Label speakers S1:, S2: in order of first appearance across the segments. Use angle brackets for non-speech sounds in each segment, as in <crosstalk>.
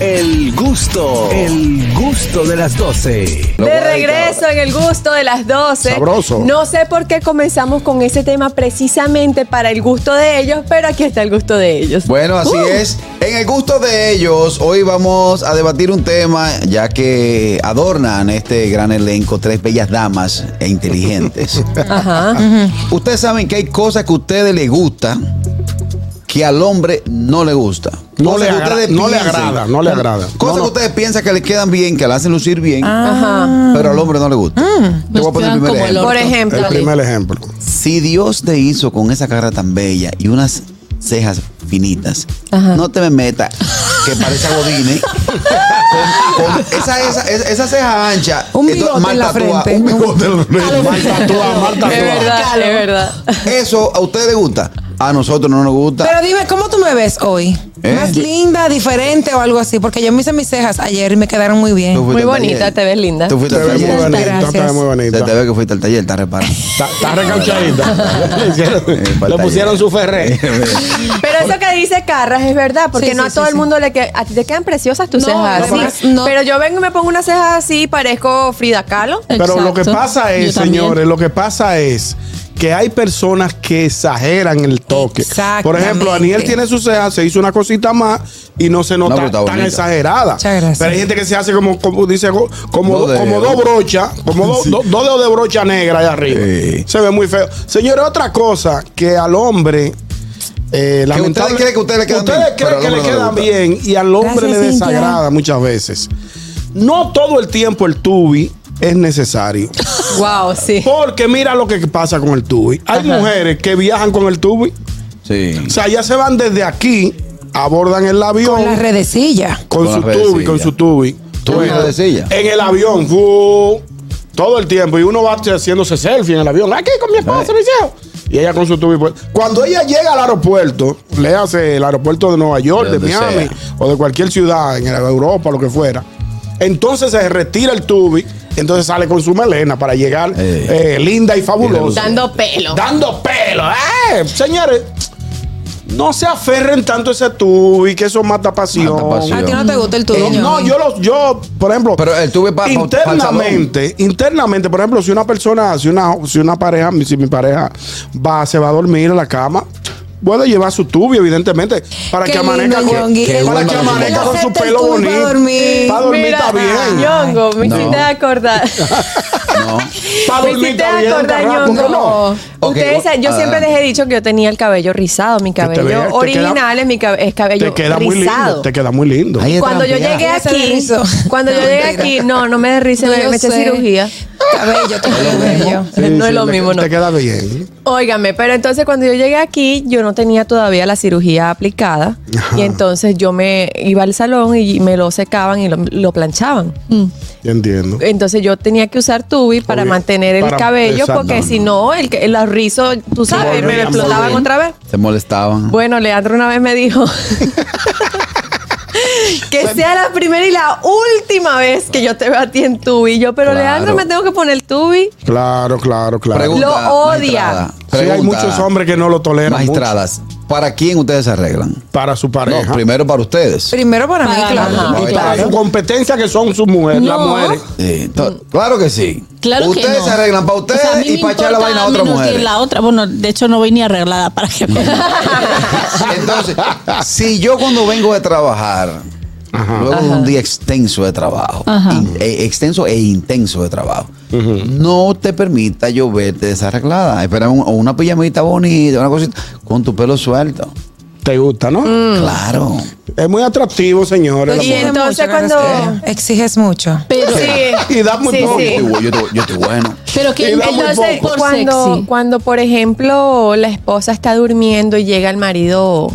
S1: El gusto, el gusto de las 12.
S2: De regreso en el gusto de las 12.
S3: Sabroso.
S2: No sé por qué comenzamos con ese tema precisamente para el gusto de ellos, pero aquí está el gusto de ellos.
S3: Bueno, así
S2: Uh,
S3: es. En el gusto de ellos, hoy vamos a debatir un tema ya que adornan este gran elenco tres bellas damas e inteligentes.
S2: Ajá.
S3: ustedes saben que hay cosas que a ustedes les gustan que al hombre no le gusta.
S4: No
S3: Cosas
S4: le,
S3: que
S4: agra-
S3: ustedes
S4: no le
S3: piensan-
S4: agrada, no le agrada.
S3: Cosas que ustedes piensan que le quedan bien, que la hacen lucir bien,
S2: Ah. Ajá.
S3: pero al hombre no le gusta. Te voy a poner el primer
S5: como el
S3: ejemplo.
S2: Por ejemplo,
S4: El primer ejemplo.
S3: Si Dios te hizo con esa cara tan bella y unas cejas finitas,
S2: Ajá.
S3: no te me metas que parece
S2: <laughs>
S3: a Godine. con, con esa, esa, esa- esa ceja ancha,
S5: Un
S3: entonces,
S5: bigote en la frente.
S3: un bigote en la frente. mal tatuada, mal
S2: es
S3: tatuada.
S2: verdad, es verdad.
S3: Eso a ustedes les gusta, a nosotros no nos gusta.
S5: Pero dime, ¿cómo tú me ves hoy?
S3: ¿Eh?
S5: ¿Más linda, diferente o algo así? Porque yo me hice mis cejas ayer y me quedaron muy bien.
S3: Tú
S2: Muy
S3: fuiste al
S2: bonita,
S3: taller.
S2: te ves linda.
S3: Tú fuiste
S4: Te
S3: al
S4: ves muy
S3: taller.
S4: bonita, te ves muy
S3: Se te
S4: bonita.
S3: ve que fuiste al taller, está reparando.
S4: Está,
S3: <laughs>
S4: está recauchadita. Le hicieron-
S3: Eh,
S4: Le pusieron su ferré.
S2: Pero eso que dice Carras es verdad, porque
S5: Sí,
S2: no
S5: sí,
S2: a
S5: sí,
S2: todo el
S5: sí.
S2: mundo le que a ti te quedan preciosas tus
S5: No,
S2: cejas
S5: no,
S2: así.
S5: no.
S2: Pero yo vengo y me pongo unas cejas así, parezco Frida Kahlo.
S4: Pero lo que
S5: Exacto.
S4: pasa
S5: Yo
S4: es,
S5: también.
S4: señores, lo que pasa es que hay personas que exageran el toque. Por ejemplo, Aniel
S5: Exactamente.
S4: tiene su ceja, se hizo una cosita más y no se nota
S3: pero está
S4: tan
S3: bonita.
S4: exagerada.
S5: Muchas gracias.
S4: Pero hay gente que se hace como, como dice, como,
S3: Dos
S4: do- como
S3: dedos.
S4: dos brochas, como do- do- dos dedos de brocha negra allá arriba.
S3: Sí.
S4: Se ve muy feo. Señores, otra cosa que al hombre. Eh, lamentable-
S3: ustedes creen que ustedes le quedan
S4: ustedes
S3: bien,
S4: creen
S3: pero al
S4: que
S3: hombre no
S4: le
S3: le
S4: quedan
S3: gusta.
S4: bien y al hombre
S5: Gracias,
S4: le
S5: Cintia.
S4: desagrada muchas veces. No todo el tiempo el tubi es necesario.
S2: Wow, sí.
S4: Porque mira lo que pasa con el tubi. Hay mujeres que viajan con el tubi.
S3: Sí.
S4: O sea, ya se van desde aquí, abordan el avión
S5: Con la redecilla.
S4: con,
S3: Con
S4: su
S3: la red de
S4: tubi,
S3: silla.
S4: con su tubi.
S3: ¿Tubi
S4: Bueno,
S3: de silla?
S4: En el avión, fu- todo el tiempo. Y uno va haciéndose selfie en el avión. Aquí con mi esposa,
S3: Ay.
S4: mis hijos. Y ella con su tubi. puesto. Cuando ella llega al aeropuerto, le hace el aeropuerto de Nueva York,
S3: De
S4: de,
S3: donde
S4: Miami,
S3: sea.
S4: o de cualquier ciudad, en Europa, lo que fuera. Entonces se retira el tubi. Entonces sale con su melena para llegar
S3: Ey.
S4: eh, linda y fabulosa.
S2: Dando pelo.
S4: Dando pelo, ¿eh? Señores, no se aferren tanto a ese tubi, que eso mata pasión.
S3: Mata pasión.
S5: A ti no te gusta el
S4: No,
S5: tuyo.
S4: Eh, no, yo, los, yo, por ejemplo,
S3: Pero el tubi pa- pa-
S4: internamente, internamente, por ejemplo, si una persona, si una, si una pareja, si mi pareja va, se va a dormir a la cama, puede llevar su tubi, evidentemente, para
S5: Qué
S4: que amanezca
S5: lindo,
S4: con,
S5: Yongi.
S3: Qué
S4: para que
S3: bueno.
S4: amanezca con su
S5: Acepta el
S4: pelo
S5: tubi
S4: bonito.
S5: para dormir.
S4: Para dormir
S2: Mira,
S4: está bien.
S2: Ñongo, me
S3: No.
S2: hiciste acordar. <laughs>
S3: No.
S4: Para
S2: Me
S4: dormir
S2: hiciste
S4: está bien.
S2: acordar,
S4: carraco,
S2: Ñongo.
S4: ¿cómo no?
S3: Ok,
S2: Ustedes, saben, yo
S3: ah.
S2: siempre les he dicho que yo tenía el cabello rizado, mi
S4: te
S2: cabello
S4: ve- te queda-
S2: original es mi cabe- es
S4: Te
S2: cabello
S4: queda muy lindo,
S2: rizado.
S4: te queda muy lindo.
S3: Ahí es
S2: Cuando yo
S3: trampear.
S2: llegué
S5: Ya se
S2: aquí,
S5: derrizó.
S2: cuando yo
S5: No,
S2: llegué
S5: mentira.
S2: aquí, no, no me derrice, me,
S5: yo
S2: me eché
S5: sé.
S2: cirugía.
S5: Cabello,
S4: <laughs>
S5: tu cabello.
S4: Sí,
S2: no
S4: sí,
S2: es lo
S4: le-
S2: mismo, no.
S4: Te queda bien.
S2: Óigame, pero entonces cuando yo llegué aquí, yo no tenía todavía la cirugía aplicada.
S4: Ajá.
S2: Y entonces yo me iba al salón y me lo secaban y lo, lo planchaban.
S5: Mm.
S4: Yo entiendo.
S2: Entonces yo tenía que usar tubi para
S4: Obvio.
S2: mantener el
S4: Para-
S2: cabello,
S4: exacto.
S2: porque si no, el, que- el rizo, tú sabes, me lo
S4: volvían,
S2: explotaban
S4: volvían.
S2: otra vez.
S3: Se molestaban.
S2: Bueno, Leandro una vez me
S4: <laughs>
S2: dijo que sea la primera y la última vez que yo te veo a ti en tubi. Yo, pero
S3: Claro.
S2: Leandro, me tengo que poner tubi.
S4: Claro, claro, claro.
S3: Pregunta,
S2: Lo odia.
S3: magistrada.
S4: Sí, hay
S3: Pregunta,
S4: muchos hombres que no lo toleran.
S3: Magistradas, ¿para quién ustedes se arreglan?
S4: mucho. para su pareja.
S3: No, primero para ustedes.
S5: Primero para mí,
S2: Ajá,
S5: claro.
S2: ajá,
S5: Sí,
S4: para
S5: claro.
S4: su competencia que son sus mujeres, las mujeres.
S3: Sí, to- claro que sí.
S6: Mm. Claro
S3: ustedes
S6: que no.
S3: se arreglan para ustedes
S6: O sea, a mí
S3: y
S6: me
S3: para echar la
S6: importa
S3: vaina a otra
S6: menos
S3: mujer.
S6: que la otra, bueno, de hecho no voy ni arreglada para que
S3: <laughs>
S6: <laughs>
S3: Entonces, si yo cuando vengo de trabajar, luego de un día extenso de trabajo,
S6: Ajá.
S3: in- e- extenso e intenso de trabajo, no te permita yo verte desarreglada. Espera un- o una pijamita bonita, una cosita, con tu pelo suelto.
S4: Te gusta, ¿no?
S3: Mm.
S6: Mm.
S3: Claro.
S4: Es muy atractivo, señores. la
S2: Y
S4: mujer.
S5: Exiges
S2: entonces
S5: mucho,
S2: cuando-
S5: Carrasquillo. Exiges mucho.
S6: Pero,
S2: Sí.
S4: <laughs> Y da muy
S2: Sí,
S4: poco.
S2: sí.
S3: Yo, estoy bu- yo estoy
S4: <laughs>
S3: bueno.
S6: pero que
S4: Y da muy
S2: Entonces,
S4: poco.
S6: por
S2: cuando,
S6: sexy.
S2: cuando, por ejemplo, la esposa está durmiendo y llega el marido,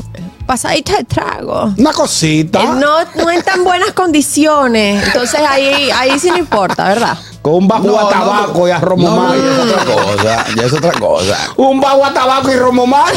S2: pasadita de trago.
S4: Una cosita.
S2: Eh, No, no en tan buenas condiciones. Entonces ahí, ahí sí no importa, ¿verdad?
S4: Con un bajo a
S3: no,
S4: tabaco
S3: no,
S4: y a romo
S3: no,
S4: mal.
S3: ya es otra cosa, ya es otra cosa.
S4: Un bajo a tabaco y romo mal.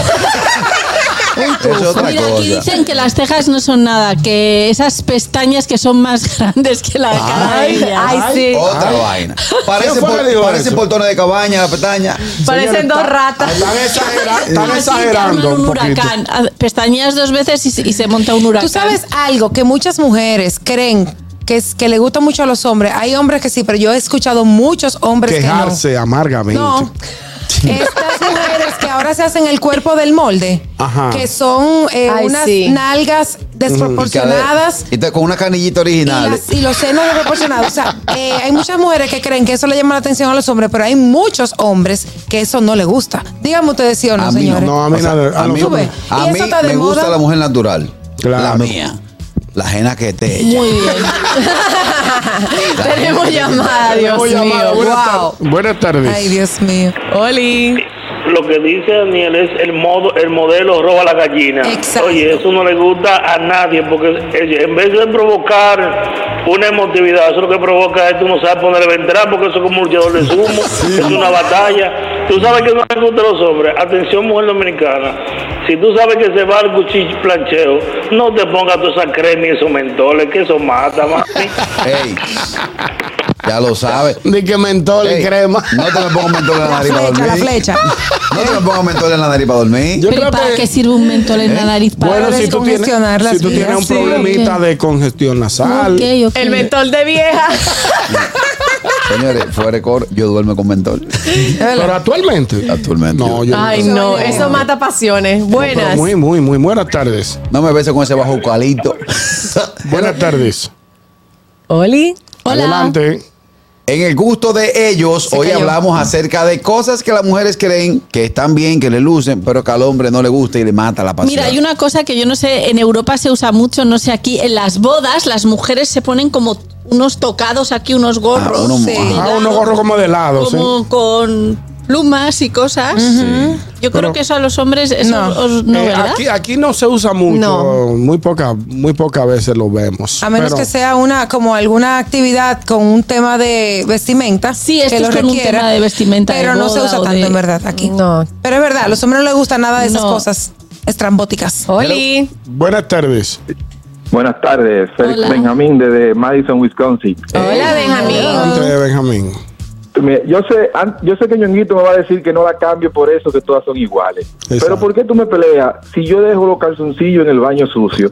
S3: Eso es otra
S6: Mira, aquí
S3: cosa.
S6: dicen que las cejas no son nada, que esas pestañas que son más <laughs> grandes que la cara de
S2: Ay,
S6: ella.
S2: ay,
S5: Ah.
S2: sí.
S3: Otra
S5: <laughs>
S3: vaina. Parece,
S4: fue que
S3: por-
S4: dijo
S3: parece
S4: eso?
S3: portones de cabaña, la pestaña.
S2: Parecen dos ratas.
S4: Están, exagera- están
S6: Así te arman
S4: exagerando
S6: un
S4: un poquito.
S6: huracán. Ah, Pestañeas dos veces y, se- y se monta un huracán.
S5: Tú sabes algo que muchas mujeres creen que, es, que le gusta mucho a los hombres. Hay hombres que sí, pero yo he escuchado muchos hombres
S4: Quejarse
S5: que
S4: amargamente.
S5: no. No. <laughs> Estas mujeres que ahora se hacen el cuerpo del molde,
S4: Ajá. Mm,
S5: que son eh,
S2: Ay,
S5: unas
S2: sí.
S5: nalgas desproporcionadas.
S3: Y te- con una canillita
S5: Y,
S3: original.
S5: las- y los senos desproporcionados. O sea, eh, hay muchas mujeres que creen que eso le llama la atención a los hombres, pero hay muchos hombres que eso no le gusta. Díganme ustedes sí o no,
S3: A mí no.
S5: señores.
S4: No, a mí nada. A
S3: a mí,
S5: Tú ves,
S3: a
S5: y
S3: mí
S5: eso está de
S3: me gusta
S5: moda.
S3: la mujer natural.
S4: Claro.
S3: La mía. La ajena que te echa.
S6: Muy bien.
S2: Tenemos llamada, Dios
S4: Tenemos llamada.
S2: mío.
S4: Buenas
S2: Wow.
S4: tardes. Buenas tardes.
S5: Ay, Dios mío.
S2: Oli.
S7: Lo que dice Daniel es el modo, el modelo roba la gallina.
S5: Exacto.
S7: Oye, eso no le gusta a nadie porque eh, en vez de provocar una emotividad, eso lo que provoca es tú no sabes ponerle ventral porque eso es como un luchador de
S8: <laughs>
S7: sumo, es una batalla. Tú sabes que no le gusta a los hombres. Atención, mujer dominicana. Si tú sabes que se va al cuchillo plancheo, no te pongas toda esa crema y esos mentoles, que eso mata, mami.
S3: Ey, ya lo sabes.
S4: Ni que mentol y
S3: Ey,
S4: crema.
S3: No te me pongas mentol en la
S5: La
S3: nariz para
S5: flecha,
S3: dormir.
S5: la flecha.
S3: No te me pongas mentol en la nariz para dormir.
S4: Yo
S6: Pero ¿y
S4: creo
S6: para
S4: que-
S6: qué sirve un mentol en la nariz? Para
S4: Bueno,
S5: Para
S4: si tú tienes,
S5: descongestionar las
S4: si tú
S5: vías,
S4: tienes un
S5: sí.
S4: problemita de congestión nasal.
S6: Ok, ok.
S2: El mentol de vieja.
S3: Señores, fuera de cor, yo duermo con mentol.
S4: Pero actualmente.
S3: Actualmente.
S4: No, yo
S2: Ay,
S4: no.
S2: no, eso mata pasiones.
S4: Pero
S2: Buenas.
S4: Muy, muy, muy buenas tardes.
S3: No me beses con ese bajo eucalipto.
S4: Buenas tardes.
S2: Oli.
S6: Hola.
S4: Adelante.
S3: En el gusto de ellos, hoy
S5: cayó.
S3: hablamos acerca de cosas que las mujeres creen que están bien, que le lucen, pero que al hombre no le gusta y le mata la pasión.
S6: Mira, hay una cosa que yo no sé, en Europa se usa mucho, no sé aquí, en las bodas las mujeres se ponen como unos tocados aquí, unos gorros.
S3: Ah, uno-
S6: de
S3: ajá.
S4: Ah,
S6: lado,
S4: unos gorros como de lado, sí.
S6: como con plumas y cosas. Yo creo
S4: Pero-
S6: que eso a los hombres eso
S5: No.
S6: os- no,
S4: Eh,
S6: ¿verdad?
S4: aquí, aquí no se usa mucho,
S2: No.
S4: muy poca, muy pocas veces lo vemos.
S5: A menos
S4: pero-
S5: que sea una como alguna actividad con un tema de vestimenta.
S6: Sí, esto
S5: que
S6: es con un tema de vestimenta, de
S5: Pero no se
S6: boda
S5: usa
S6: o
S5: tanto,
S6: de-
S5: en verdad, aquí.
S2: No.
S5: Pero es verdad, a los hombres no les gusta nada de esas
S6: No.
S5: cosas estrambóticas.
S2: Oh. Oli.
S4: Buenas tardes.
S8: <laughs> Buenas tardes, Félix
S6: Hola.
S8: Benjamín desde Madison, Wisconsin.
S2: Hola, Benjamín.
S4: Adelante, Benjamín.
S8: Me- Yo sé, an- yo sé que Ñonguito me va a decir que no la cambio por eso, que todas son iguales.
S4: Exacto.
S8: Pero ¿por qué tú me peleas si yo dejo los calzoncillos en el baño sucio?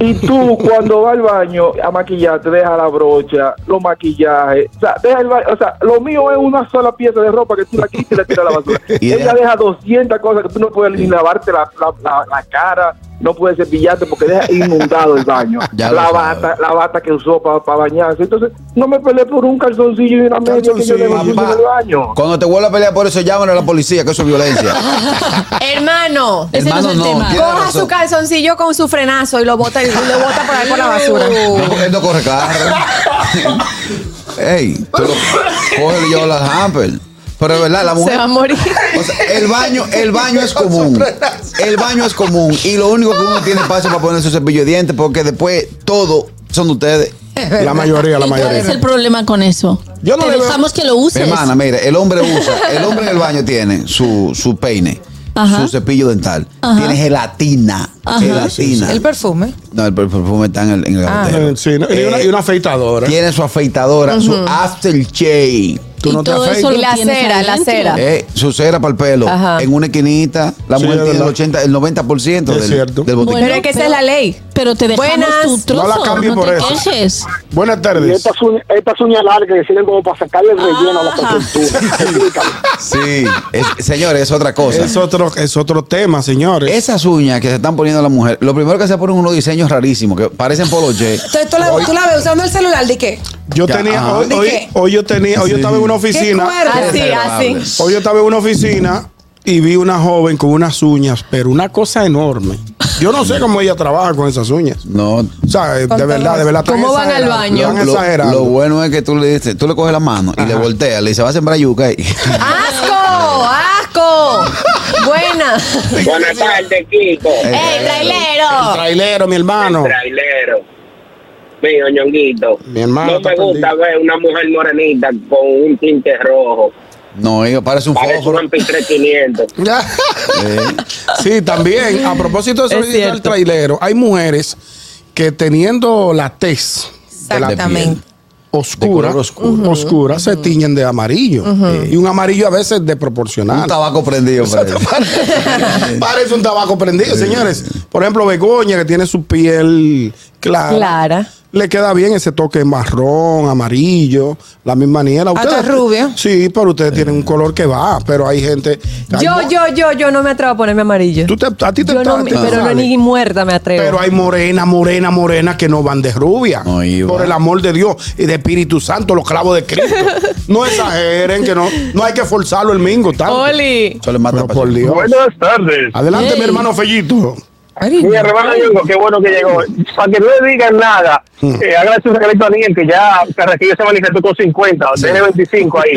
S8: Y tú
S3: <laughs>
S8: cuando vas al baño a maquillar, te deja la brocha, los maquillajes. O sea, deja el ba- o sea, lo mío es una sola pieza de ropa que tú la quitas y la tiras a la basura.
S3: <laughs> Y
S8: Ella
S3: deja-
S8: deja 200 cosas que tú no puedes ni lavarte la, la- la- la cara, no puedes cepillarte porque deja inundado el baño.
S3: <laughs> Ya
S8: la
S3: lo
S8: bata,
S3: sabes.
S8: la bata que usó para bañarse. Entonces, no me peleé por un calzoncillo y una media que yo
S4: Calzoncillo,
S8: le metí en
S3: Papá,
S8: el baño.
S3: cuando te vuelva a pelear por eso, llámalo a la policía, que eso es violencia.
S2: Hermano.
S6: <laughs> Ese no es
S3: Hermano,
S6: el
S3: no.
S6: tema.
S3: tiene
S2: Coja
S3: razón.
S2: su calzoncillo con su frenazo y lo bota, y lo bota por ahí por la basura.
S3: No, porque él no corre
S6: <laughs>
S3: carro. Ey, tú lo- cógelo yo las hamper. Pero es verdad, la
S2: Se
S3: mujer.
S2: va a morir.
S3: O sea, el baño, el baño es común. El baño es común. Y lo único que uno tiene espacio para poner su cepillo de dientes, porque después todo son de ustedes.
S4: La mayoría, la
S6: ¿Y ¿Cuál
S4: mayoría.
S6: es el problema con eso?
S4: Yo no
S6: Te
S4: le veo-
S6: dejamos que lo uses.
S3: Hermana, mira, el
S6: <laughs>
S3: hombre usa, el hombre en el baño tiene su, su peine,
S6: Ajá.
S3: su cepillo dental,
S6: Ajá.
S3: tiene gelatina,
S6: Ajá.
S3: gelatina.
S5: El perfume.
S3: No, el perfume está en el, en el gavetero.
S4: Eh, sí, no, y, una,
S3: Eh,
S4: y una afeitadora.
S3: Tiene su afeitadora, su aftershave.
S4: Tú
S6: y
S4: no te
S6: todo eso
S4: afeitas.
S6: lo
S2: Y la
S6: tienes
S2: cera, la
S6: adentro.
S2: cera.
S3: Eh, su cera para el pelo.
S2: Ajá.
S3: En una esquinita, la
S4: Sí,
S3: mujer
S4: es
S3: tiene el,
S4: verdad.
S3: 80, el 90%
S4: Es
S3: del,
S4: cierto.
S3: del botiquín.
S6: Bueno,
S2: Pero
S3: <laughs>
S2: es que esa es
S6: pero-
S2: la ley.
S6: Pero te dejamos
S2: Buenas.
S6: tu trozo.
S4: No la cambie por
S6: te
S4: eso.
S6: quejes.
S4: Buenas
S9: Y
S4: tardes.
S9: estas uñas, estas uñas largas que sirven como para sacarle
S4: Ah.
S9: el relleno a la
S4: <laughs>
S6: Ajá.
S9: tortura. Explícame.
S3: Sí, es- señores, es otra cosa.
S4: Es otro, es otro tema, señores.
S3: Esas uñas que se están poniendo las mujeres, lo primero que se ponen unos diseños rarísimos que parecen Polo J.
S5: Entonces tú la, tú la ves usando el celular, ¿de qué?
S4: Yo
S3: Ya,
S4: tenía,
S3: ajá.
S4: hoy,
S5: ¿De
S4: hoy-
S5: qué?
S4: hoy yo tenía, hoy yo
S3: Sí.
S4: estaba en una
S5: ¿Qué
S4: oficina.
S5: cuerda?
S2: Así,
S3: Desagradable.
S2: así.
S4: Hoy yo estaba en una oficina y vi una joven con unas uñas, pero una cosa enorme. Yo no sé cómo ella trabaja con esas uñas.
S3: No.
S4: O sea, eh, de
S5: Con
S4: verdad,
S5: todo.
S4: de verdad. están
S2: ¿Cómo van al
S4: exagerando.
S2: baño?
S4: Están
S3: Lo,
S4: exagerando.
S3: lo bueno es que tú le dices, tú le coges la mano y le volteas, le dices, va a sembrar yuca. Y, <laughs>
S2: ¡Asco! ¡Asco! Buenas.
S9: Buenas tardes, Kiko.
S4: Eh.
S2: ¡Ey,
S4: El
S2: trailero!
S4: trailero, mi hermano.
S9: Trailero. Mío, ñonguito.
S4: Mi hermano
S9: No me
S4: está
S9: gusta
S4: perdido.
S9: ver una mujer morenita con un tinte rojo.
S3: No, ellos parece un
S9: Parece
S3: fósforo.
S9: un Ampi 3500.
S4: <laughs> sí, también. A propósito de
S6: Es
S4: eso del
S6: cierto.
S4: trailero, hay mujeres que teniendo la tez de la
S5: Exactamente.
S4: oscura,
S3: De color oscuro.
S4: oscura, se tiñen de amarillo. Y un amarillo a veces desproporcional.
S3: Un tabaco prendido.
S4: Parece- Parece un tabaco prendido, señores. Por ejemplo, Begoña, que tiene su piel clara.
S2: Clara.
S4: Le queda bien ese toque marrón, amarillo, la misma niela.
S5: Hasta
S4: Ustedes-
S5: rubia.
S4: Sí, pero ustedes tienen un color que va, pero hay gente. hay
S2: Yo,
S4: mo-
S2: yo, yo, yo no me atrevo a ponerme amarillo.
S4: Tú te- a ti te
S2: Yo no
S4: a
S2: me-
S4: ti te
S2: pero no
S4: sale.
S2: ni muerta me atrevo.
S4: Pero hay morena, morena, morena que no van de rubia.
S3: No, Iba.
S4: por el amor de Dios y de Espíritu Santo, los clavos
S2: <laughs>
S4: de Cristo. no exageren que no, no hay que forzarlo el mingo. Tanto.
S2: Oli.
S3: Eso le mata
S4: Pero
S3: pasión.
S4: por Dios.
S8: Buenas tardes.
S4: Adelante, mi hermano Fellito.
S8: Mi hermano llegó, qué bueno que llegó. Para que no le digan nada,
S4: Mm.
S8: eh, hágale su regalito a Daniel, que ya Carraquillo se manifestó con 50, tiene
S4: <laughs>
S8: 25 ahí.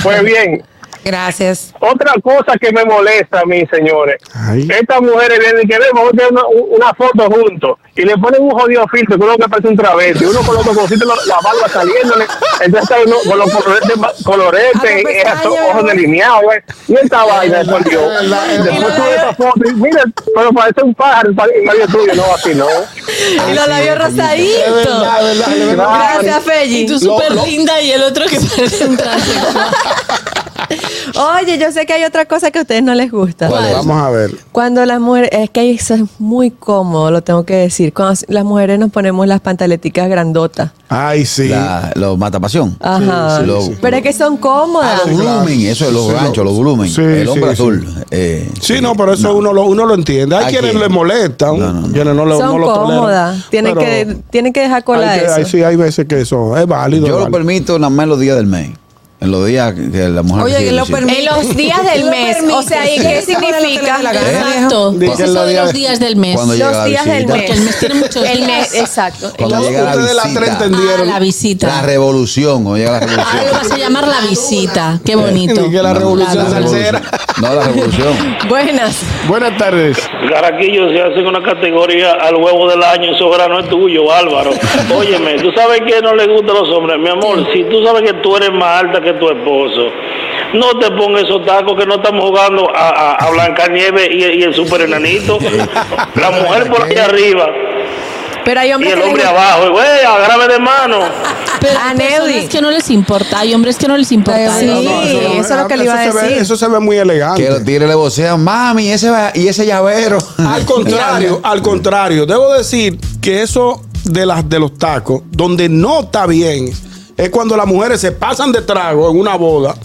S8: Pues bien,
S5: Gracias.
S8: otra cosa que me molesta a mí, señores,
S4: Ay.
S8: estas mujeres vienen y que vemos vamos a tener una, una foto juntos y le ponen un jodido filtro que uno que parece un travesti, uno con otro cosito, la, la barba saliéndole, entonces está uno con los coloretes, ma- coloretes,
S5: Ah, no, pues,
S8: eh,
S5: ay,
S8: to-
S5: ay,
S8: ojos
S5: ay.
S8: delineados, güey. y esta vaina, por Dios.
S4: es verdad, es
S8: Después
S4: verdad.
S8: sube esta foto y mira, pero parece un pájaro, el pari- el marido tuyo, no, así no.
S2: Y los labios
S4: Es
S2: rosaditos.
S4: verdad, es verdad, es verdad.
S2: Gracias,
S6: Y
S2: Feli.
S6: tú
S4: Lo-
S6: súper
S4: lo-
S6: linda y el otro que parece un transexual.
S2: Oye, yo sé que hay otra cosa que a ustedes no les gusta.
S3: ¿Cuál es?
S4: Vamos a ver.
S2: Cuando las mujeres, es que eso es muy cómodo, lo tengo que decir. Cuando s- las mujeres nos ponemos las pantaleticas grandotas.
S4: Ay, sí.
S3: La- los mata pasión.
S2: Ajá.
S3: Sí, sí, sí.
S2: Pero es que son cómodas.
S4: Ah,
S3: los volumen, eso es los
S4: Sí,
S3: ganchos, los volumen.
S4: sí,
S3: el
S4: sí,
S3: hombre
S4: sí.
S3: azul. eh,
S4: Sí, no, pero eso uno, lo, uno lo entiende. Hay
S3: ¿A
S4: quienes
S3: quién?
S4: le molestan,
S3: No, no, no.
S4: quienes no, le- no
S2: son
S4: lo toleran,
S2: cómodas. Tienen
S4: pero
S2: que, tienen que dejar
S4: hay
S2: cola
S4: que-
S2: eso.
S4: hay- sí, hay veces que eso es
S3: Yo
S4: válido. es
S3: lo
S4: válido.
S3: permito nada más en los días del mes. En los días que la mujer.
S5: Oye,
S3: recibe
S5: que lo
S3: visita.
S5: permite.
S2: En los días del mes. O sea, ¿y qué significa?
S6: Exacto.
S4: Dicen
S6: ¿Qué es eso
S4: los
S6: de
S4: días-
S6: los días del mes? Ah,
S3: Cuando llega
S2: Los
S3: la
S2: días del
S3: visita.
S2: mes.
S6: Porque el mes tiene muchos
S2: El
S6: días.
S2: mes, exacto.
S3: Cuando
S4: Todos
S3: llega la
S4: ustedes las
S3: visita.
S4: tres
S6: Ah,
S4: entendieron.
S6: la
S3: La
S6: visita.
S3: revolución, cuando llega la revolución.
S6: Algo vas a llamar la visita. Qué bonito.
S4: Ni <laughs> que la
S3: No,
S4: revolución
S6: la
S4: salsera.
S3: No, la revolución.
S2: Buenas.
S4: Buenas tardes.
S7: Garaquillo se hacen una categoría al huevo del año, eso ahora no es tuyo, Álvaro. Óyeme, tú sabes que no le gustan los hombres, mi amor. Si tú sabes que tú eres más alta que tu esposo, no te pongas esos tacos que no estamos jugando a, a, a Blancanieves y, y el super enanito. La mujer por ahí arriba
S2: Pero hay
S7: y
S2: hombres que
S7: el
S2: les
S7: hombre
S2: gusta-
S7: abajo. Y, Güey, agárrame de mano.
S6: Pero
S2: A
S6: hay
S2: Nelly.
S6: personas que no les importa. Hay hombres que no les importa.
S2: Sí,
S6: ¿no?
S2: eso es lo que le iba a
S4: se ve-
S2: decir.
S4: eso se ve muy elegante.
S3: Que los tigres le vocean, mami, ese va- y ese llavero. <laughs>
S4: Al contrario, al contrario, debo decir que eso de las de los tacos, donde no está bien, es cuando las mujeres se pasan de trago en una boda.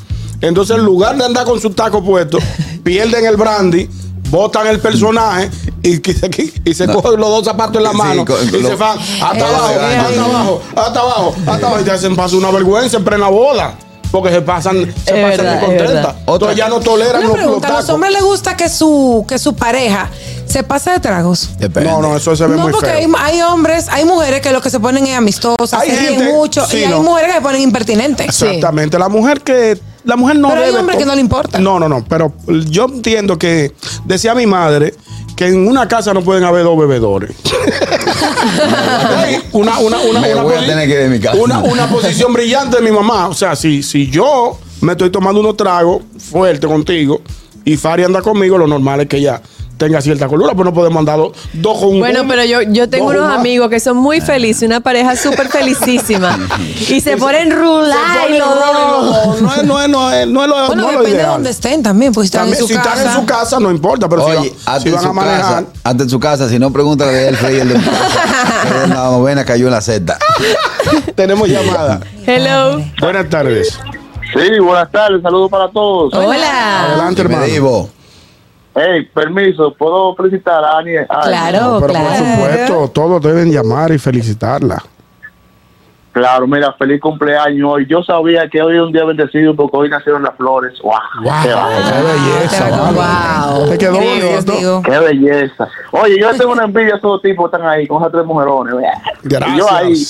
S4: Entonces, en lugar de andar con sus tacos
S3: <laughs>
S4: puestos, pierden el brandy, botan el personaje y, que- que- y se cogen los dos zapatos en la
S3: Sí,
S4: mano
S3: co-
S4: y
S3: lo-
S4: se van hasta
S3: Eh,
S4: abajo,
S3: eh,
S4: hasta
S3: eh.
S4: abajo, hasta abajo, hasta abajo. Y te hacen pasar una vergüenza en plena boda. Porque se pasan, se
S2: Es
S4: pasan
S2: verdad,
S4: de
S2: es
S4: contentas.
S2: verdad.
S3: Otra-
S4: Entonces ya no toleran los,
S5: Una
S4: los
S5: pregunta, ¿a los
S4: tacos.
S5: hombres les gusta que su, que su pareja se pase de tragos?
S3: Depende.
S4: No, no, eso se ve
S5: No,
S4: muy
S5: porque hay,
S4: feo.
S5: hay hombres, hay mujeres que lo que se ponen es amistosas,
S4: Hay
S5: se ríen
S4: gente-
S5: mucho,
S4: sí,
S5: y hay
S4: no.
S5: mujeres que se ponen impertinentes.
S4: Exactamente. La mujer que. La mujer no
S5: Pero hay
S4: debe
S5: hombres
S4: to-
S5: que no le importa.
S4: No, no, no. Pero yo entiendo que. Decía mi madre que en una casa no pueden haber dos
S3: <laughs>
S4: bebedores. Ey, una, una, una,
S3: Me
S4: una
S3: voy a
S4: posi-
S3: tener que ir de mi casa.
S4: Una, una posición brillante de mi mamá. O sea, si, si yo me estoy tomando unos tragos fuerte contigo y Fari anda conmigo, lo normal es que ella tenga cierta colura, pues no podemos andar dos, dos con un.
S2: Bueno, pero yo, yo tengo
S4: dos
S2: unos
S4: más.
S2: amigos que son muy felices, una pareja súper felicísima. y se ponen
S4: Se
S2: rulay los
S4: ponen rolling los
S2: dos.
S4: dos. No es, no es, no es, no es lo, no
S5: Bueno,
S4: es lo
S5: depende de
S4: ideal.
S5: dónde estén también, pues están
S4: También,
S5: en su
S4: si
S5: casa.
S4: están en su casa, no importa, pero
S3: Oye,
S4: si, van,
S3: hasta
S4: si
S3: en
S4: van a
S3: su casa,
S4: manejar.
S3: hasta en su casa, si no pregúntale de Elfrey y el de
S4: <laughs>
S3: Pero La novena cayó en la Z. <laughs>
S4: Tenemos llamada.
S2: Hello.
S4: Buenas tardes.
S8: Sí, buenas tardes, saludos para todos.
S2: Hola.
S4: Adelante,
S3: Y me
S4: hermano.
S3: digo,
S8: Hey, permiso, ¿puedo felicitar a Daniel?
S2: Claro,
S4: Pero
S5: Oh,
S4: por
S2: claro.
S4: supuesto, todos deben llamar y felicitarla.
S8: Claro, mira, feliz cumpleaños hoy. Yo sabía que hoy es un día bendecido porque hoy nacieron las flores. ¡Wow! ¡Qué,
S4: ¡Qué
S8: bárbaro!
S4: belleza!
S5: Ah,
S4: vale.
S5: wow.
S4: Te quedó
S5: Gracias,
S4: bonito.
S5: Diego.
S8: ¡Qué belleza! Oye, yo tengo una envidia a esos tipos que están ahí con esas tres mujerones.
S4: Gracias.
S8: Y yo ahí.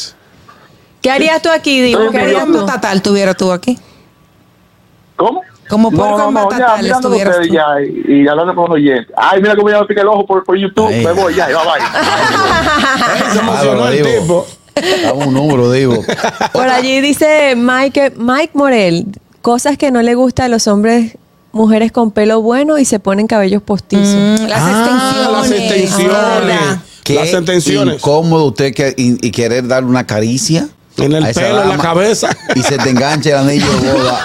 S2: ¿Qué harías tú aquí, Digo? ¿Qué
S5: ¿Qué
S2: harías tú?
S5: tatal tuviera tú aquí?
S8: ¿Cómo?
S5: Como
S8: No,
S5: puerco
S8: no, no, ya,
S5: matatal
S8: mirando
S5: estuvieras
S8: ustedes
S5: tú.
S8: ya y, y hablando con los oyentes. Ay, mira cómo ya me pica el ojo por, por YouTube.
S3: Ay.
S8: Me voy, ya, ya, bye.
S4: Se emocionó
S3: Álvaro,
S4: el
S3: Diego.
S4: tipo.
S3: dame un número, digo.
S2: Por allí dice Mike, Mike Morel. cosas que no le gustan a los hombres, mujeres con pelo bueno y se ponen cabellos postizos.
S5: Las
S4: Ah, <laughs> las
S5: extensiones.
S4: extensiones.
S5: Ahora.
S3: Qué
S4: Las extensiones.
S3: incómodo usted que, y, y querer darle una caricia.
S4: En el
S3: a esa
S4: pelo, en la
S3: dama
S4: cabeza.
S3: Y se te engancha el anillo de boda.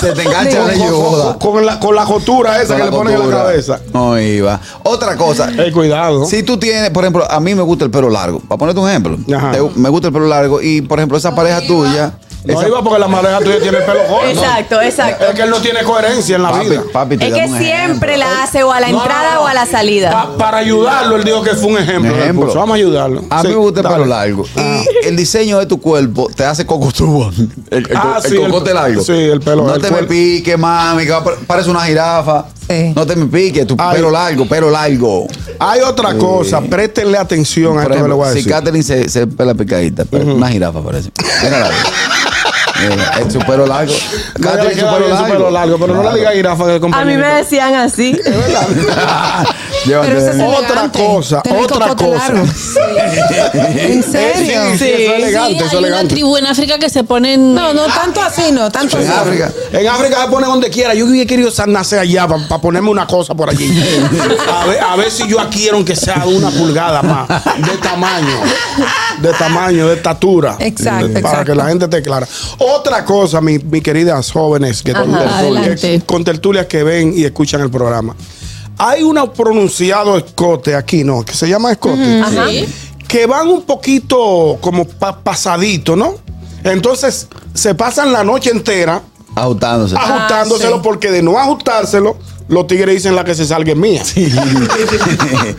S3: se te engancha el
S4: Con,
S3: anillo de boda.
S4: con- con la, con la jotura esa
S3: Con
S4: que
S3: la
S4: le ponen en la
S3: costura.
S4: cabeza.
S3: No iba. Otra cosa.
S4: Ey, cuidado.
S3: Si tú tienes, por ejemplo, a mí me gusta el pelo largo. Para ponerte un ejemplo.
S4: Ajá.
S3: Te- me gusta el pelo largo y, por ejemplo, esa pareja tuya.
S4: No
S3: esa-
S4: iba porque la mareja tuya tiene el pelo corto.
S10: Exacto, exacto.
S4: Es que él no tiene coherencia en la
S3: Papi,
S4: vida.
S3: papi, te
S10: Es
S3: damos
S10: que
S3: un
S10: siempre
S3: ejemplo.
S10: la hace o a la
S4: No, no,
S10: entrada
S4: no.
S10: o a la salida.
S4: Pa- para ayudarlo, él dijo que fue un
S3: Un
S4: ejemplo.
S3: ejemplo.
S4: Pues vamos a ayudarlo.
S3: A
S4: Sí,
S3: mí me gusta el
S4: dale. Ah.
S3: pelo largo. Y el diseño de tu cuerpo te hace cocotúa. El, el,
S4: Ah,
S3: co- el
S4: sí, el-
S3: cocote largo.
S4: sí, el pelo-
S3: No
S4: el
S3: te me
S4: cuerpo.
S3: pique, mami, que va a- parece una jirafa.
S5: Sí.
S3: No te me pique, tu
S4: Ay.
S3: pelo largo, pelo largo.
S4: Hay otra cosa, préstenle atención a
S3: Por
S4: esto que le voy
S3: ejemplo,
S4: a
S3: si
S4: decir.
S3: Katherine se, se pela picadita, pero una jirafa parece. Mira la Mira, es su pelo largo.
S4: No, ya le
S3: Katherine, su
S4: queda
S3: pelo
S4: bien su
S3: largo.
S4: pelo largo, pero no
S3: Claro.
S4: le diga jirafa que el
S2: A mí
S4: compañerito.
S2: me decían así.
S3: <laughs> Llévate.
S5: Pero eso es
S4: Otra
S5: elegante.
S4: cosa,
S5: Tener
S4: otra
S5: cocote
S4: cosa.
S5: largo. ¿En serio?
S4: Sí, sí, eso es elegante,
S6: Sí,
S4: eso es
S6: hay una
S4: elegante.
S6: tribu en África que se
S5: <laughs>
S6: ponen.
S5: No, no tanto así, no, tanto
S3: En
S5: así.
S3: África.
S4: En África se pone donde quiera. Yo hubiera querido sa- nacer allá para ponerme una cosa por allí. A ver, a ver si yo adquiero que sea una pulgada más. De tamaño. De tamaño, de estatura.
S5: Exacto,
S4: Para
S5: exacto.
S4: que la gente esté clara. Otra cosa, mi- mis queridas jóvenes que,
S6: Ajá,
S4: con tertulias,
S6: adelante.
S4: que- con tertulias que ven y escuchan el programa. Hay un pronunciado escote aquí, ¿no? Que se llama escote.
S6: Ajá.
S4: que van un poquito como pa- pasadito, ¿no? Entonces se pasan la noche entera
S3: Ajustándose.
S4: Ah,
S2: Ah,
S4: ajustándoselo porque de no ajustárselo, los tigres dicen la que se salga es mía. Sí, porque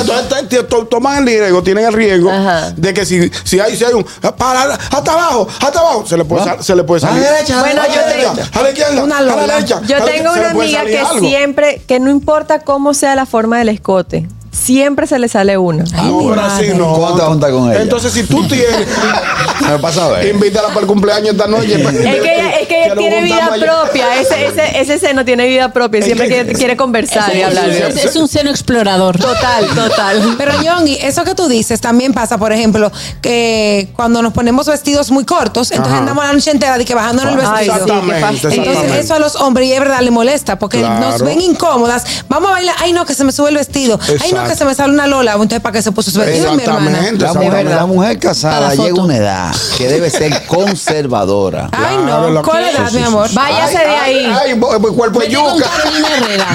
S4: entonces t- t- to- toman el riesgo, tienen el riesgo
S2: Ajá.
S4: de que si, si, hay, si hay un ah, para, hasta abajo, hasta abajo, se le puede,
S3: Ah.
S4: sal- se le puede
S3: A la
S4: salir.
S3: derecha, a la
S4: A la
S2: derecha.
S4: derecha, a la izquierda,
S5: Una
S4: a la
S5: lola.
S4: derecha, a
S2: Yo tengo
S4: la derecha, se le
S2: una
S4: puede
S2: amiga
S4: salir
S2: que
S4: algo.
S2: siempre, que no importa cómo sea la forma del escote, siempre se le sale una.
S4: No,
S5: mi
S4: pero así
S5: madre.
S4: no.
S3: ¿Cómo te vas a juntar con ella?
S4: Entonces, si tú tienes.
S3: <laughs> Me pasa a ver.
S4: Invítala para el cumpleaños
S3: <laughs>
S4: esta noche.
S2: Es que ella, es que ella
S4: lo
S2: tiene vida
S4: juntamos allá.
S2: propia, ese, ese, ese seno tiene vida propia,
S4: Es
S2: siempre
S4: que-
S2: quiere, quiere conversar y
S6: Es,
S2: hablar.
S6: un- es un seno explorador.
S2: Total, total.
S5: Pero Yongi, eso que tú dices también pasa, por ejemplo, que cuando nos ponemos vestidos muy cortos, entonces
S4: Ajá.
S5: andamos la noche entera de que bajándonos el
S2: Ay,
S5: vestido.
S2: sí, qué
S4: Exactamente,
S2: fastidio.
S5: Entonces
S4: exactamente.
S5: eso a los hombres y es verdad le molesta porque
S4: Claro.
S5: nos ven incómodas. Vamos a bailar, ay no que se me sube el vestido, ay no
S4: Exacto.
S5: que se me sale una lola, entonces para qué se puso su vestido mi hermana.
S4: Exactamente,
S3: <laughs> La mujer,
S4: exactamente.
S3: la mujer casada
S6: Para la
S3: llega
S6: foto.
S3: una edad que debe ser conservadora.
S5: Ay
S4: Claro, la-
S5: no, ¿cuál
S4: Sí,
S5: edad
S4: sí,
S5: mi
S4: sí,
S5: amor?
S2: Váyase
S4: Ay,
S2: de
S4: ay,
S2: ahí.
S4: Ay, bo- bo- cuerpo de
S6: Vete con
S4: yuca.
S6: Carolina Herrera.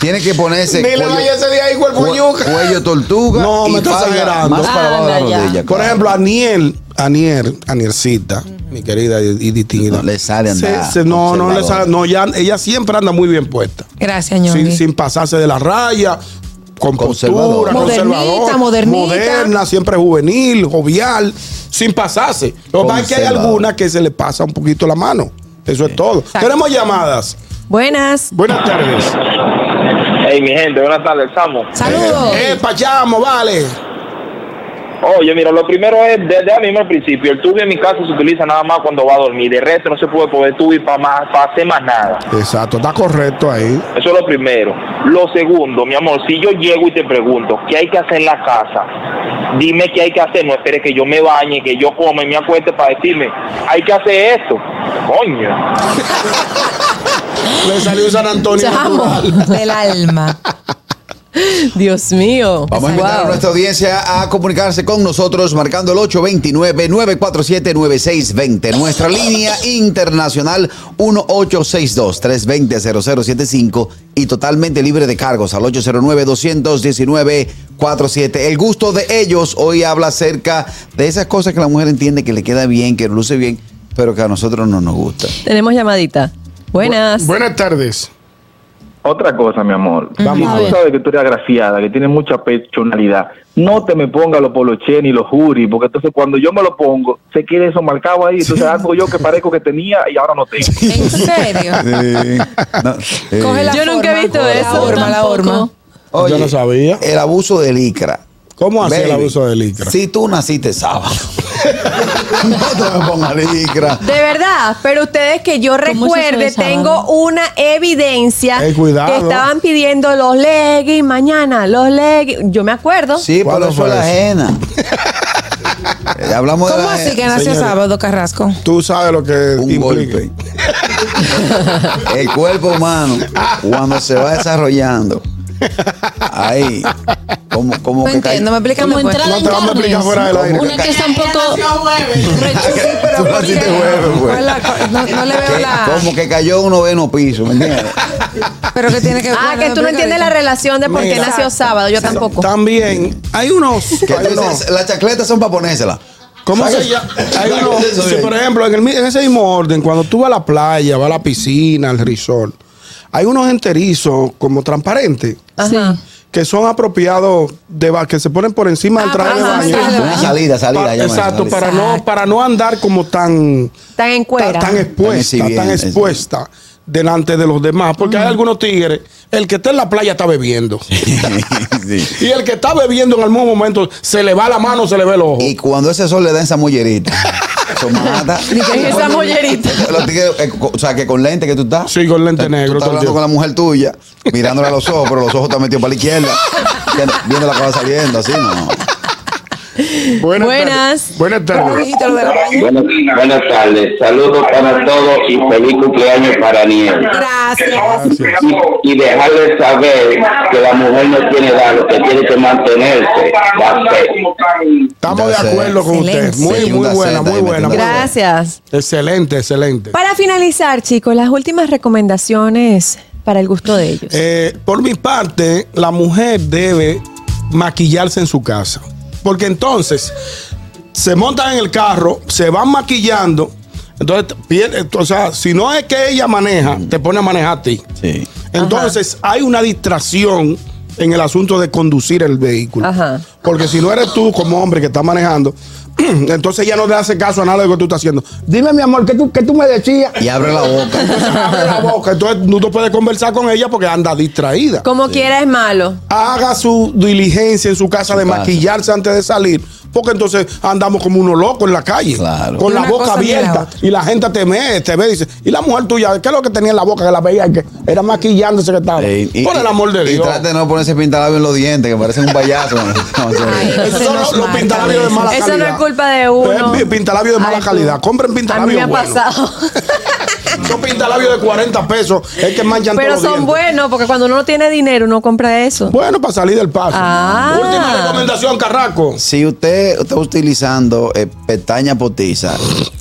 S3: Tiene que ponerse
S4: Dile, váyase de ahí, cuerpo de yuca.
S3: cuello tortuga
S4: No,
S3: y
S4: me está
S3: falda
S4: exagerando.
S3: más para abajo de la
S6: Anda ya.
S3: rodilla.
S4: Por
S3: claro.
S4: ejemplo, Aniel, Aniel, Anielcita, mi querida y, y distinguida.
S3: No le sale
S4: Se-
S3: andar
S4: se- no, no le
S3: observadora.
S4: sale. No, ya, ella siempre anda muy bien puesta.
S5: Gracias,
S4: Sin,
S5: Ñongui.
S4: sin pasarse de la raya, con
S3: Conservadora.
S4: postura,
S5: Modernita,
S4: conservadora,
S5: modernita.
S4: moderna, siempre juvenil, jovial, sin pasarse. Lo que pasa es que hay
S3: Conservadora.
S4: algunas que se le pasa un poquito la mano. Eso es todo. Tenemos llamadas.
S2: Buenas.
S4: Buenas tardes.
S9: Hey, mi gente, buenas tardes, Samo.
S5: Saludos.
S4: Eh, pachamo, vale.
S9: Oye, mira, lo primero es, desde a mismo al principio, el tubo en mi casa se utiliza nada más cuando va a dormir. De resto no se puede poner tubo para más, para hacer más nada.
S4: Exacto, está correcto ahí.
S9: Eso es lo primero. Lo segundo, mi amor, si yo llego y te pregunto, ¿qué hay que hacer en la casa? Dime qué hay que hacer, no esperes que yo me bañe, que yo coma y me acueste para decirme, hay que hacer esto. Coño.
S4: Le salió un San Antonio. natural.
S5: Del alma.
S2: Dios mío.
S3: Vamos a invitar a
S2: Wow.
S3: nuestra audiencia a comunicarse con nosotros marcando el 829-947-9620. Nuestra línea internacional 1862-320-0075 y totalmente libre de cargos al 809-219-47. El gusto de ellos hoy habla acerca de esas cosas que la mujer entiende que le queda bien, que luce bien, pero que a nosotros no nos gusta.
S2: Tenemos llamadita. Buenas.
S4: Buenas tardes.
S8: Otra cosa, mi amor.
S4: Vamos
S8: si
S4: a
S8: tú
S4: ver.
S8: sabes que tú eres agraciada, que tienes mucha personalidad, no te me pongas los poloché ni los juris, porque entonces cuando yo me lo pongo, se queda eso marcado ahí. Entonces algo yo que parezco que tenía y ahora no tengo.
S5: ¿En serio?
S3: No, eh,
S5: Coge la
S2: Yo nunca he visto
S5: forma, la
S2: eso.
S5: horma, la
S6: Tampoco.
S5: horma.
S3: oye,
S4: Yo no sabía.
S3: El abuso de licra.
S4: ¿Cómo hace el
S3: Baby,
S4: abuso de licra?
S3: Si tú naciste
S4: <laughs>
S3: sábado. no te me pongas licra.
S2: De verdad, pero ustedes que yo
S6: es eso de
S2: recuerde,
S6: sábado?
S2: tengo una evidencia
S4: Ey, cuidado.
S2: que estaban pidiendo los leggings mañana, los leggings. Yo me acuerdo.
S3: Sí,
S4: ¿Cuándo
S3: pero eso
S4: fue
S3: es la
S4: eso?
S3: ajena.
S4: <laughs>
S3: Eh, hablamos de
S5: ¿Cómo
S3: la-
S5: así que nació
S4: señores.
S5: sábado, Carrasco?
S4: Tú sabes lo que
S3: un
S4: implica.
S3: golpe. El cuerpo humano, cuando se va desarrollando, ahí, como, como
S5: No
S3: que cae-
S5: entiendo,
S3: <laughs>
S5: me explícame.
S6: Como
S5: pues.
S6: entrada
S4: No
S6: en
S4: te vamos a explicar
S6: carnes.
S4: fuera del aire.
S6: Una que está un poco.
S3: Tú así te vuelves, pues.
S5: ¿Cuál la- cuál- no, no le veo
S3: Que-
S5: la.
S3: Como que cayó un noveno piso, ¿me
S4: <laughs>
S3: entiendes?
S5: Pero que tiene que
S2: Ah,
S5: bueno,
S2: que tú no entiendes la
S5: explica
S2: relación de por qué
S4: Mira.
S2: nació sábado. Yo tampoco.
S4: También hay unos.
S3: Que
S4: hay
S3: tú
S4: unos-
S3: dices, las chacletas son para ponérselas.
S4: ¿Cómo
S3: ¿Sabes?
S4: se llama? Hay
S3: ¿Sabes
S4: unos-
S3: qué es eso,
S4: si,
S3: bien?
S4: por ejemplo, en, el mi- en ese mismo orden, cuando tú vas a la playa, vas a la piscina, al resort, hay unos enterizos como transparentes
S2: Ajá.
S4: que son apropiados de ba- que se ponen por encima del
S5: Ah,
S4: traje de
S5: ajá,
S4: baño.
S5: traje de
S3: Una
S5: baño.
S3: salida, salida.
S4: Pa-
S3: llaman eso,
S4: exacto,
S3: salida.
S4: para no, para no andar como tan,
S2: Están en cuera.
S4: tan, tan expuesta,
S3: Tan
S4: tan,
S3: exhibiendo,
S4: expuesta delante de los demás, porque hay algunos tigres, el que está en la playa está bebiendo.
S3: Sí.
S4: Y el que está bebiendo en algún momento se le va la mano, se le ve el ojo.
S3: <laughs> Y cuando ese sol le da esa mollerita, <laughs>
S2: <laughs>
S3: eso mata.
S2: que esa mollerita. <laughs>
S3: Los tigres, eh, co- o sea, que con lente que tú estás.
S4: Sí, con lente
S3: Tú- tú
S4: negro,
S3: Estás
S4: todo el
S3: hablando
S4: tiempo.
S3: con la mujer tuya, mirándole a los ojos, pero los ojos están metidos para la izquierda. viendo- Viendo la cara saliendo, así, no.
S2: Buenas.
S4: tardes. Buenas
S5: Pero no
S4: tardes.
S5: dijiste lo de la baña.
S9: Buenas, buenas tardes, saludos para todos y feliz cumpleaños para Niel.
S5: Gracias.
S9: Y, y dejarles saber que la mujer no tiene edad, lo que tiene que mantenerse, la fe.
S4: Estamos de
S3: Gracias.
S4: acuerdo con usted.
S5: Excelente.
S4: Muy,
S3: Sí,
S4: muy
S3: una
S4: buena,
S3: senda
S4: muy
S3: ahí
S4: buena.
S3: metida.
S4: muy buena.
S2: Gracias.
S4: Excelente, excelente.
S2: Para finalizar, chicos, las últimas recomendaciones para el gusto de ellos.
S4: Eh, por mi parte, la mujer debe maquillarse en su casa. Porque entonces se montan en el carro, se van maquillando. Entonces, pier- o sea, si no es que ella maneja, te pone a manejar a ti.
S3: Sí.
S4: Entonces hay una distracción en el asunto de conducir el vehículo.
S2: Ajá.
S4: Porque si no eres tú como hombre que está manejando, <clears throat> entonces ya no te hace caso a nada de lo que tú estás haciendo. Dime, mi amor, ¿qué tú, qué tú me decías?
S3: Y abre la boca.
S4: Entonces, abre la boca. Entonces no te puedes conversar con ella porque anda distraída.
S2: Como quiera es malo.
S4: Haga su diligencia en su casa de
S3: casa.
S4: maquillarse antes de salir, porque entonces andamos como unos locos en la calle,
S3: Claro.
S4: con la
S5: Una
S4: boca
S5: cosa mira la
S4: abierta y la gente te ve, te ve, dice, y la mujer tuya, ¿qué es lo que tenía en la boca que la veía que era maquillándose que estaba?
S3: Sí, y-
S4: Por el amor de
S3: y- Y
S4: Dios.
S3: trate de no ponerse pintalabios en los dientes, que parecen un <laughs> payaso. No, en serio.
S5: Ay.
S4: Esos
S5: Ese
S4: son
S5: no
S4: los,
S5: es
S4: los
S5: mal,
S4: pintalabios de
S5: cabeza.
S4: mala
S2: Eso
S4: calidad.
S2: no es culpa de uno.
S4: Eh, Pintalabios de mala
S2: Ay, tú.
S4: calidad. Compren pintalabios
S2: A mí me ha
S4: buenos. <laughs>
S2: pasado.
S4: Son pintalabios de 40 pesos. Es que manchan
S2: Pero
S4: todos los
S2: son
S4: dientes.
S2: buenos, porque cuando uno no tiene dinero, uno compra eso.
S4: Bueno, para salir del paso.
S2: Ah.
S4: Última recomendación, Carraco.
S3: Si usted está utilizando eh, pestaña potiza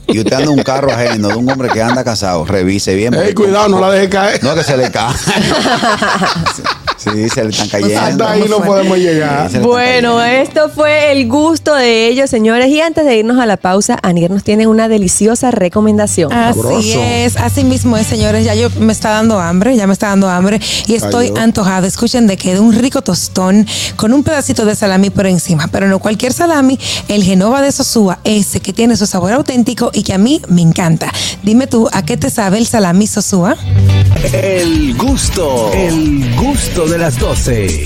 S3: y usted anda en un carro ajeno de un hombre que anda casado, revise bien.
S4: Ey,
S3: porque-
S4: cuidado, no la deje caer.
S3: No, que se le cae. <laughs> sí, se le están cayendo.
S4: Hasta ahí no podemos llegar.
S3: Sí, se le están
S2: Bueno,
S3: cayendo.
S2: esto fue el gusto de ellos, señores. Y antes de irnos a la pausa, Anier nos tiene una deliciosa recomendación.
S5: Así
S4: Sabroso.
S5: es, así mismo es, señores. Ya yo me está dando hambre, ya me está dando hambre y estoy
S4: Dios.
S5: antojada. Escuchen de que de un rico tostón con un pedacito de salami por encima, pero no cualquier salami, el Genova de Sosúa, ese que tiene su sabor auténtico y que a mí me encanta. Dime tú, ¿a qué te sabe el salami Sosúa?
S1: El gusto, el gusto de las doce.